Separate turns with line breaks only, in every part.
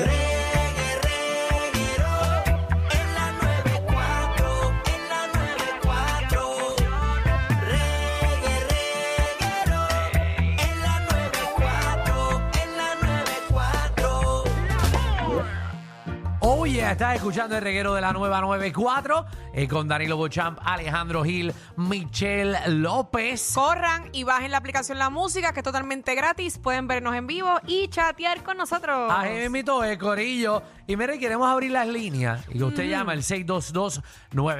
Reggae, reguero, en la 94, en la 94. Reggae, reguero, en la 94, en la 94.
Oye, estás escuchando el reguero de la nueva 94 eh, con Danilo Bochamp, Alejandro Gil, Michelle López.
Corran y bajen la aplicación La Música, que es totalmente gratis. Pueden vernos en vivo y chatear con nosotros.
Así mismo Ah, es, Corillo. Y mire, queremos abrir las líneas. Y usted
Mm.
llama el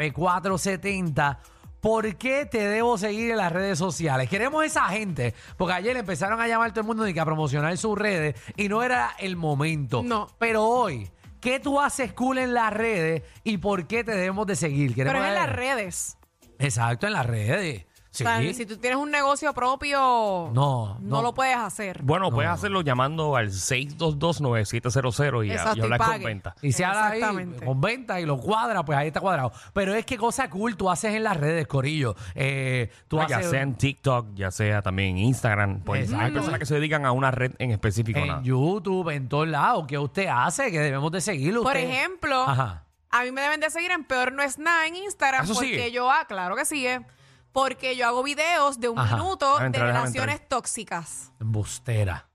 622-9470. ¿Por qué te debo seguir en las redes sociales? Queremos esa gente. Porque ayer empezaron a llamar todo el mundo ni que a promocionar sus redes. Y no era el momento.
No.
Pero hoy, ¿qué tú haces cool en las redes? ¿Y por qué te debemos de seguir?
Pero
Queremos
es en
dar-
las redes.
Exacto, en las redes. Sí.
O sea, si tú tienes un negocio propio,
No, no.
lo puedes hacer.
Bueno, puedes hacerlo llamando al 622-9700 y,
Exacto,
y
y
hablar
pague.
con venta.
Y se habla ahí
Exactamente.
con venta y lo cuadra, pues ahí está cuadrado. Pero es que cosa cool tú haces en las redes, Corillo. Eh, tú
Ah, ya
haces
sea en TikTok, ya sea también en Instagram. Pues hay
Exacto.
personas que se dedican a una red en específico.
en
nada.
YouTube, en todos lados. ¿Qué usted hace? Que debemos de seguirlo.
Por
usted?
ejemplo,
Ajá.
a mí me deben de seguir en Peor No es Nada en Instagram.
¿Eso
porque
sigue?
yo, ah, claro que sigue. Porque yo hago videos de un
Ajá.
minuto
Déjame entrar,
de
déjame
relaciones
entrar.
tóxicas.
Embustera.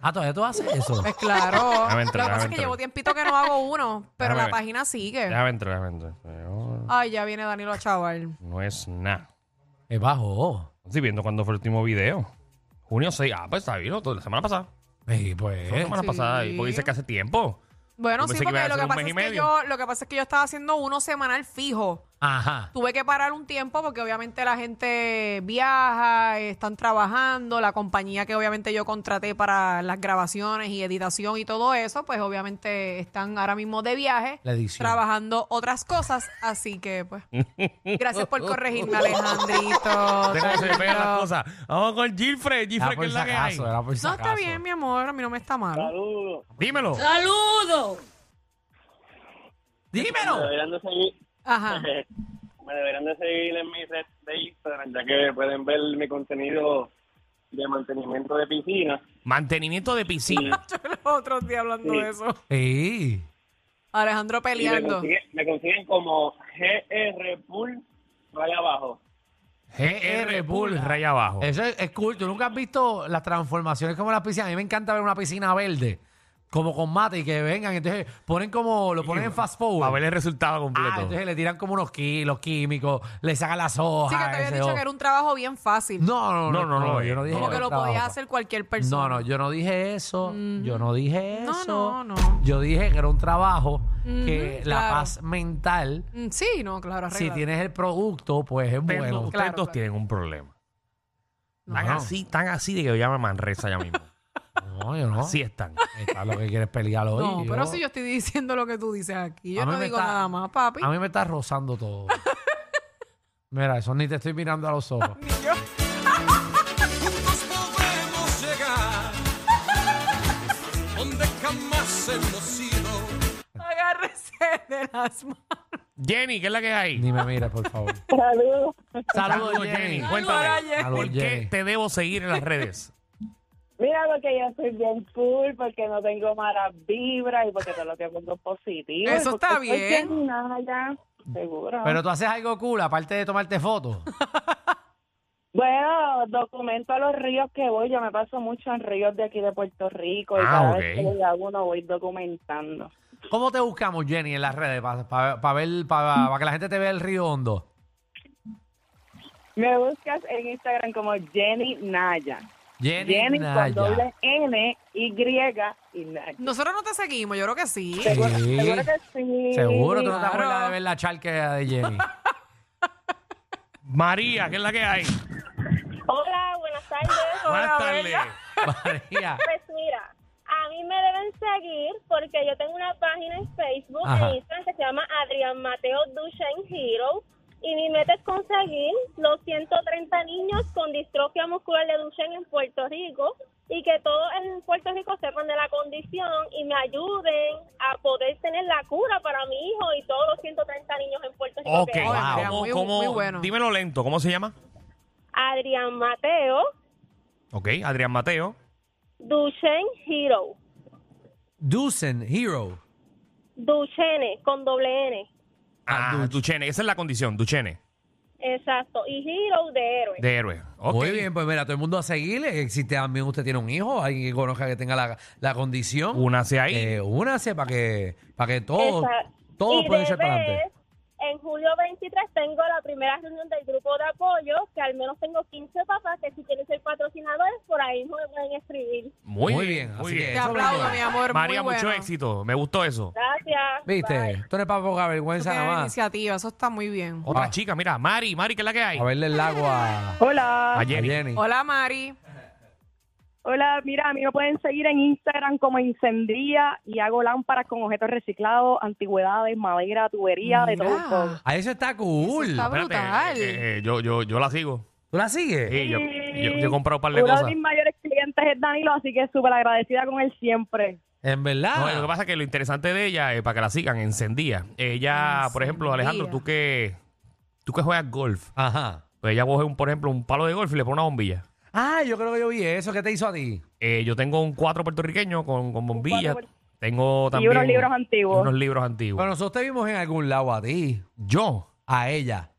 Ah, todavía tú haces eso.
Pues claro.
Déjame
lo que pasa
entrar,
es
déjame
que
entrar.
llevo tiempito que no hago uno, pero
Déjame
la
ver.
página sigue.
Déjame entrar, déjame entrar. Pero
Ay, ya viene Danilo a chaval.
No es nada.
Es Eh, bajo.
Estoy viendo cuándo fue el último video. Junio 6. Ah, pues está bien, lo- la semana pasada.
Y
Fue La
pues.
semana
Sí.
pasada. Y pues dice que hace tiempo.
Bueno,
Yo
sí,
pensé que iba
porque
a
lo
hacer
que,
un
pasa
mes y
es que
medio.
yo, lo que pasa es que yo estaba haciendo uno semanal fijo.
Ajá.
Tuve que parar un tiempo porque obviamente la gente viaja, están trabajando, la compañía que obviamente yo contraté para las grabaciones y editación y todo eso, pues obviamente están ahora mismo de viaje,
La edición.
trabajando otras cosas, así que pues gracias por corregirme Alejandrito.
Tengo que se me pegan las
Danilo.
cosas. Vamos con Gilfred.
Era
Gilfred, que
Ah, por
es
si
la que hay.
acaso, era por si
No está
acaso.
bien, mi amor, a mí no me está mal.
Dímelo.
¡Saludos!
Dímelo.
Eh.
deberían de seguir,
Ajá.
me deberían de seguir en mi red de Instagram, ya que pueden ver mi contenido de mantenimiento de piscina.
Mantenimiento de piscina.
Yo los otros días hablando de eso.
Sí.
Alejandro
Y me,
peleando.
consigue- me consiguen como GR Pool, raya abajo.
GR Bull, raya abajo.
Eso es, es cool. Tú nunca has visto las transformaciones como las piscinas. A mí me encanta ver una piscina verde, como con mate y que vengan. Entonces ponen como, lo ponen en fast forward.
A ver el resultado completo.
Ah, entonces le tiran como unos kilos químicos, le sacan las
Sí,
hojas.
que te había
ese
dicho
o-
que era un trabajo bien fácil.
no, no, no,
No, no, no,
yo no
no,
dije
Como que
era
lo
trabajo.
podía hacer cualquier persona. Mm.
No, no, yo no dije eso. Yo no dije
No,
eso.
no, no.
Yo dije que era un trabajo que
Ujú,
la
claro.
paz mental,
Mm, Sí, no, claro,
si
arregla.
tienes el producto, pues es
Ustedes
bueno.
dos- ustedes
Claro,
dos
claro.
tienen un problema. Están
No.
así, tan así de que llama Manresa ya mismo.
No, yo no.
Así están.
Está lo que quieres pelear hoy.
No, pero
yo-
si yo estoy diciendo lo que tú dices aquí,
A
yo
mí
no
me
digo
está-
nada más, papi.
A mí me está rozando todo. Mira, eso ni te estoy mirando a los ojos.
juntos podemos llegar donde jamás hemos ido.
Agárrese de las manos.
Jenny, ¿qué es la que hay?
Ni me mires, por favor.
Saludos, Jenny. Cuéntame.
Saludos,
¿Por qué
Jenny.
te debo seguir en las redes?
Mira, porque yo soy bien cool, porque no tengo malas vibras y porque todo lo que pongo es positivo.
Eso
y porque
está
soy
bien.
nada ya, seguro.
Pero tú haces algo cool, aparte de tomarte fotos.
Bueno, documento a los ríos que voy. Yo me paso mucho en ríos de aquí de Puerto Rico y
Ah,
cada
ok.
vez que voy a uno voy documentando.
¿Cómo te buscamos, Jenny, en las redes? Para ver, para que la gente te vea el río hondo.
Me buscas en Instagram como Jenny Naya.
Jenny,
Jenny
Naya.
con doble N, Y y Naya.
Nosotros no te seguimos, yo creo que sí.
Sí.
Seguro, seguro que sí.
Seguro, tú no te
Claro.
acuerdas de ver la charquea de Jenny.
María, ¿qué es la que hay?
Hola, buenas tardes.
Buenas tardes.
bella.
María.
Pues mira, a mí me deben seguir porque yo tengo una página en Facebook,
Ajá.
en Instagram, que se llama Adrián Mateo Duchenne Hero. Y mi meta es conseguir los 130 niños con distrofia muscular de Duchenne en Puerto Rico y que todos en Puerto Rico sepan de la condición y me ayuden a poder tener la cura para mi hijo y todos los 130 niños en Puerto Rico.
Ok,
que hay.
wow.
Andrea,
¿Cómo-
muy-
cómo-
muy bueno.
Dímelo lento, ¿cómo se llama?
Adrián Mateo
Ok, Adrián Mateo.
Duchenne Hero.
Ducen Hero.
Duchenne con doble N.
Ah,
Duch.
Duchene, esa es la condición, Duchene,
Exacto, y Hero de héroe.
de héroe. Ok.
Muy bien, pues mira, todo el mundo a seguirle. Eh, Si también usted tiene un hijo, alguien que conozca que tenga la, la condición,
Únase ahí.
eh, únase para que, para que todos,
Esa-
todos
y
puedan
de
echar para adelante.
vez, En julio 23 tengo la primera reunión del grupo de apoyo, que al menos tengo 15 papás que si quieren ser patrocinadores, por ahí me pueden escribir.
Muy,
Muy
bien,
bien,
muy
así
bien.
Te
Eso
aplaudo,
mismo.
mi amor.
María,
muy
mucho
bueno.
éxito. Me gustó eso.
Gracias.
¿Viste? Tú eres para poca
Tú
vergüenza
tienes
nada más.
iniciativa, eso está muy bien.
Otra
Ah.
chica, mira, Mari, Mari, ¿qué es la que hay?
A verle el lago a,
Hola.
A
a
Jenny.
Jenny.
Hola, Mari.
Hola, mira, a mí me pueden seguir en Instagram como Incendia y hago lámparas con objetos reciclados, antigüedades, madera, tubería, de todo un
Mira.
poco.
Ah, eso está cool.
Eso está- brutal.
eh, eh, yo, yo, yo la sigo.
¿Tú la sigues?
Sí, yo, yo- yo he comprado un par de
Uno de
cosas.
mis mayores clientes es Danilo, así que súper agradecida con él siempre.
En verdad.
Ah.
No, lo que pasa es que lo interesante de ella, eh, para que la sigan, encendía. Ella, por ejemplo, Alejandro,
Encendía.
tú que, tú que juegas golf,
Ajá.
pues ella coge, un, por ejemplo, un palo de golf y le pone una bombilla.
Ah, yo creo que yo vi eso. ¿Qué te hizo a ti?
Eh, yo tengo un cuatro puertorriqueño con, con bombillas.
cuatro
Tengo
Y
también.
unos libros antiguos.
unos libros antiguos.
Bueno, nosotros te vimos en algún lado a ti,
yo.
a ella.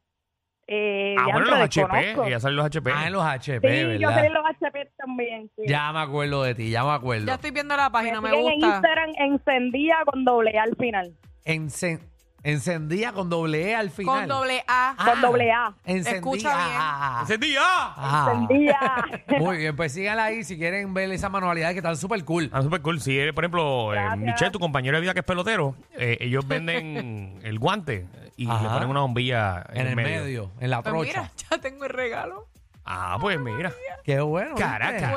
Eh,
Ah, bueno,
diantre,
los HP.
desconozco.
Ella sale en los HP.
Ah, en los HP,
Sí, yo
¿verdad?
sé en los HP también. sí.
Ya me acuerdo de ti, ya me acuerdo.
Ya estoy viendo la página, me
siguen en
gusta.
Instagram encendía con doble A al final.
Encen- encendía con doble E al final.
Con doble
Ah,
A.
Con doble A.
Encendía.
Escucha bien.
Ah, ah,
¡Encendía!
ah.
Encendía.
Muy bien, pues síganla ahí si quieren ver esas manualidades que están súper cool.
Ah, súper cool. Si eres, por ejemplo, eh,
Gracias.
Michelle, tu compañero de vida que es pelotero, eh, ellos venden el guante y le
Ajá.
ponen una bombilla en,
En el medio, en la
Pues
trocha.
mira, ya tengo el regalo.
Ah, pues mira.
Qué bueno. ¿viste?
Caracas.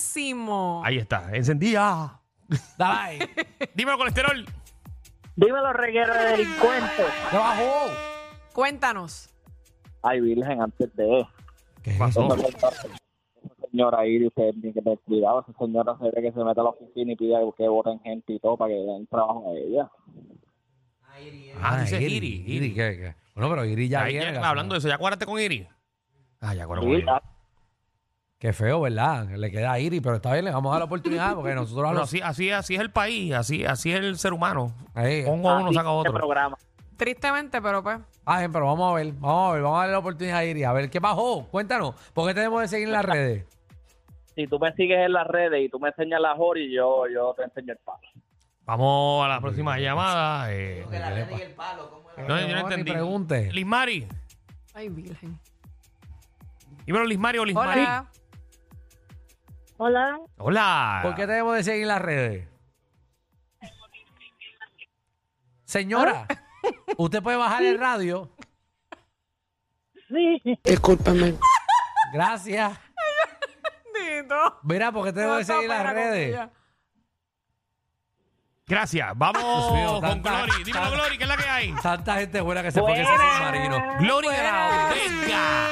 Buenísimo.
Ahí está. Encendía.
ah. Dale ahí.
Dímelo, colesterol.
Dímelo, reguero de delincuentes.
¡Te bajó!
Cuéntanos.
Ay, Virgen, antes de
¿Qué
Pasó.
eso. Esa señora ahí, usted ni que me cuidaba. Esa señora se ve que se mete a la oficina y pide que voten gente y todo para que le den trabajo a ella.
Ah, dice Iri.
Iri,
Iri.
¿qué, qué? Bueno, pero Iri ya
Ahí
viene.
ya
la
hablando de
semana.
eso, ya acuérdate con Iri. Ah, ya acuérdate con
Sí,
Iri.
ah,
Qué feo, ¿verdad? Le queda a Iri, pero está bien, le vamos a dar la oportunidad porque nosotros a
Bueno,
los...
así, así, así es el país, así, así es el ser humano.
Ahí.
Pongo a uno,
así
saca a
este
otro.
programa.
Tristemente, pero pues.
Ah, pero vamos a ver, vamos a ver, vamos a darle la oportunidad a Iri. A ver, ¿qué pasó? Cuéntanos, ¿por qué tenemos que seguir en las redes?
Si tú me sigues en las redes y tú me enseñas las horas, yo, yo te enseño el palo.
Vamos a la próxima llamada. eh. No, yo no
No, ni
entendí.
pregunte.
Lismari.
Ay, virgen.
Dímelo, Lismari o Lismari.
Hola.
Hola.
Hola.
¿Por qué tenemos que seguir en las redes? Señora,
Ah.
usted puede bajar el radio.
Sí.
Gracias.
Bendito.
Mira, ¿por qué tenemos
No,
que
esa
seguir en las
pena con
redes?
ella.
Gracias. Vamos
Dios mío,
con
tanta-
Glory. Dímelo, Glory, ¿qué es la que hay?
Tanta gente buena que se fue que se submarino.
Glory
Buenas.
Grau, venga.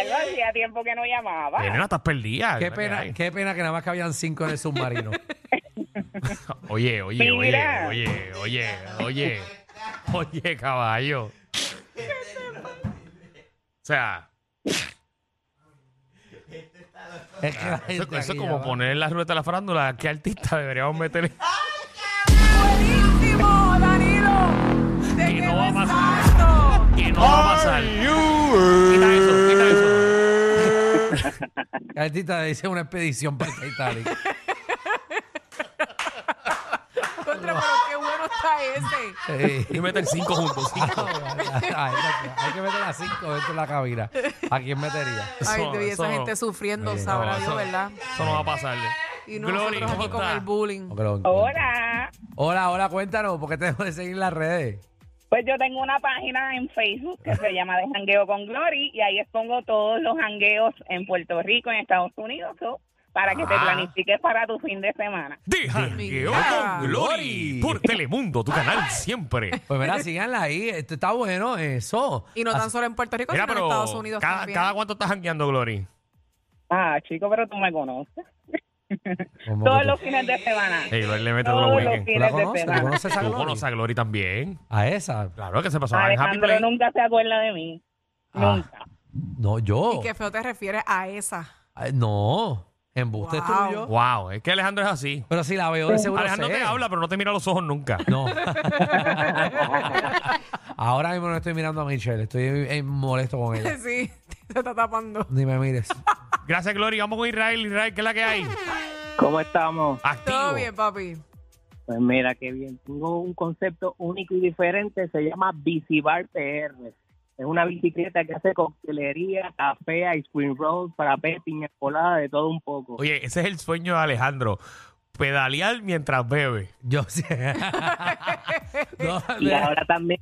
Claro, hacía tiempo que no llamaba.
Nena, estás perdida.
Qué
¿Qué
pena,
hay?
qué pena que nada más cabían cinco en el submarino.
Oye, oye, oye,
Mira.
oye, oye, oye. Oye, caballo. O sea,
es que la
eso,
gente
eso es
aquí
como
ya va.
poner en la ruleta de la farándula. ¿Qué artista deberíamos meter?
Buenísimo, Danilo. Te
Que no
quedó
va a pasar.
exacto.
Que no va a pasar. Quita eso, quita eso.
Artista dice una expedición para Titanic.
Contra, pero qué bueno está era ese.
Y meter cinco juntos.
Ah,
cinco.
Ay, no, hay que meter a cinco dentro de la cabina. ¿A quién metería?
Ay,
Eso-
Dios, y esa
eso no.
gente sufriendo,
Sí,
sabrá
no,
Dios,
eso-
¿verdad?
Eso no va a pasarle.
Y
Glory,
nosotros
¿cómo
aquí con
está?
el bullying.
No, pero-
Hola.
Hola, hola, cuéntanos, ¿por qué te puedes seguir en las redes?
Pues yo tengo una página en Facebook que se llama De Jangueo con Glory y ahí expongo todos los jangueos en Puerto Rico, en Estados Unidos, so, para que te
Ah.
planifiques para tu fin de semana.
De Jangueo
Mira.
con Glory por Telemundo, tu canal siempre.
Pues mira, síganla ahí, esto está bueno, eso.
Y no tan solo en Puerto Rico,
Mira,
sino en
pero
Estados Unidos
cada,
también.
cada cuánto estás jangueando, Glory.
Ah, chico, pero tú me conoces.
¿Cómo que
Todos
tú-
los fines de semana.
Ey, Glory le mete duro
Todos los
weekend.
¿Tú la
fines de
conoces? ¿Tú
semana.
conoces a
Tú
Glory?
conoces a Glory también.
A esa.
Claro que se pasó en Happy
Alejandro
Play.
nunca se acuerda de mí.
Ah.
Nunca.
No, yo.
Y qué feo te refieres a esa.
Ay, No, embuste
Wow.
tuyo.
Wow, es que Alejandro es así.
Pero si la veo de seguro.
Alejandro
sé.
te habla, pero no te mira a los ojos nunca.
No. Ahora mismo no estoy mirando a Michelle, estoy eh, molesto con ella.
Sí, se está tapando.
Ni me mires.
Gracias, Glory. Vamos con Israel. Israel, ¿qué es la que hay?
¿Cómo estamos?
Activo.
Todo bien, papi.
Pues mira, qué bien. Tengo un concepto único y diferente, se llama Bicibar PR. Es una bicicleta que hace coctelería, café, ice cream roll, frappé, piña colada, de todo un poco.
Oye, ese es el sueño de Alejandro. Pedalear mientras bebe.
Yo sé. No,
Y
de-
ahora también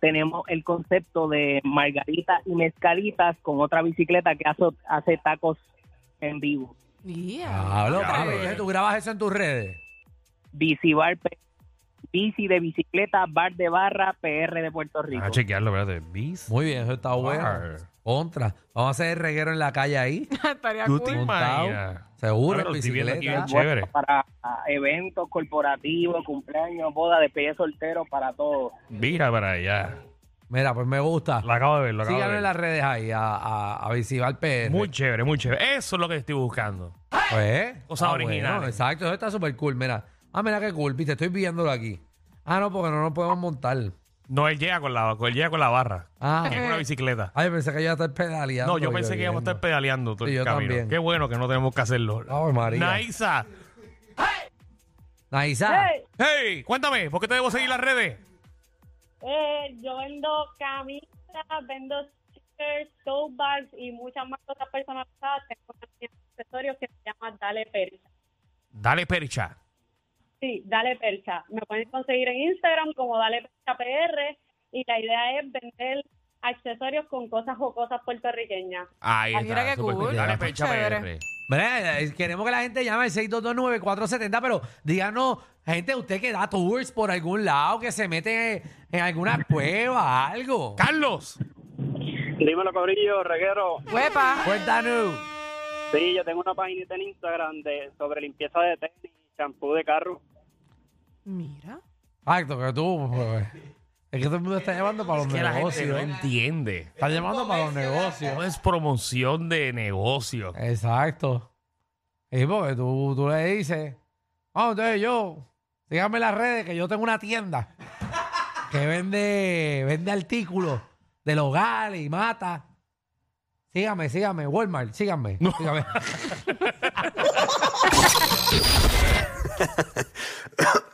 tenemos el concepto de margaritas y mezcalitas con otra bicicleta que hace, hace tacos en vivo.
Yeah.
Hablo,
Ya,
papi,
bro.
¿Tú grabas eso en tus redes?
Bici bar, P- bici de bicicleta, bar de barra, PR de Puerto Rico.
A Ah, chequearlo, espérate. Bis.
Muy bien, eso está bueno.
Bar.
Contra. Vamos a hacer el reguero en la calle ahí.
Estaría
Tú te
cool.
Montado.
imaginas.
Seguro,
Ahora
en
lo estoy viendo aquí,
bicicleta.
bien chévere.
Para ah, eventos corporativos, cumpleaños, bodas, despedida de soltero, para todo.
Mira para allá.
Mira, pues me gusta.
Lo acabo de ver, lo acabo
Síganme
de
en
ver.
las redes ahí, a, a, a Visival PR.
Muy chévere, muy chévere. Eso es lo que estoy buscando.
Pues,
Cosas originales.
exacto, eso está súper cool. Mira, ah, mira qué cool, viste, estoy viéndolo aquí. Ah, no, porque no nos podemos montar.
No, él llega con la, él llega con la barra.
Ah,
Llega con la bicicleta.
ay, pensé que yo iba a estar pedaleando.
No, yo pensé que íbamos a estar pedaleando todo
Sí,
el
yo
camino.
también.
Qué bueno que no tenemos que hacerlo.
Ave María.
Naisa,
Naisa,
hey, cuéntame, ¿por qué te debo seguir las redes?
Eh, yo vendo camisas, vendo stickers, tote bags y muchas más cosas personalizadas. Tengo una tienda de accesorios que se llama Dale Percha.
Dale percha.
Sí, Dale Percha. Me pueden conseguir en Instagram como Dale Percha PR y la idea es vender accesorios con cosas o cosas puertorriqueñas.
Ahí
Ah,
está.
mira qué
súper
cool.
Dale
Qué
percha
chévere.
PR.
mira, eh, queremos que la gente llame al 6229470, pero díganos, gente, usted que da tours por algún lado, que se mete en alguna cueva, algo.
Carlos,
Dímelo, Cobrillo, reguero.
Huepa.
Cuéntanos.
Sí, yo tengo una página en Instagram de sobre limpieza de tenis, champú de carro.
Mira.
Exacto, que tú, pues, es que todo el mundo está llamando para los
que la gente no
negocios.
entiende.
Está llamando para los negocios.
No es promoción de negocio.
Exacto. Y porque tú, tú le dices, ah, entonces yo, dígame en las redes que yo tengo una tienda que vende, vende artículos del hogar y mata. Sígame, sígame, Walmart, sígame. sígame.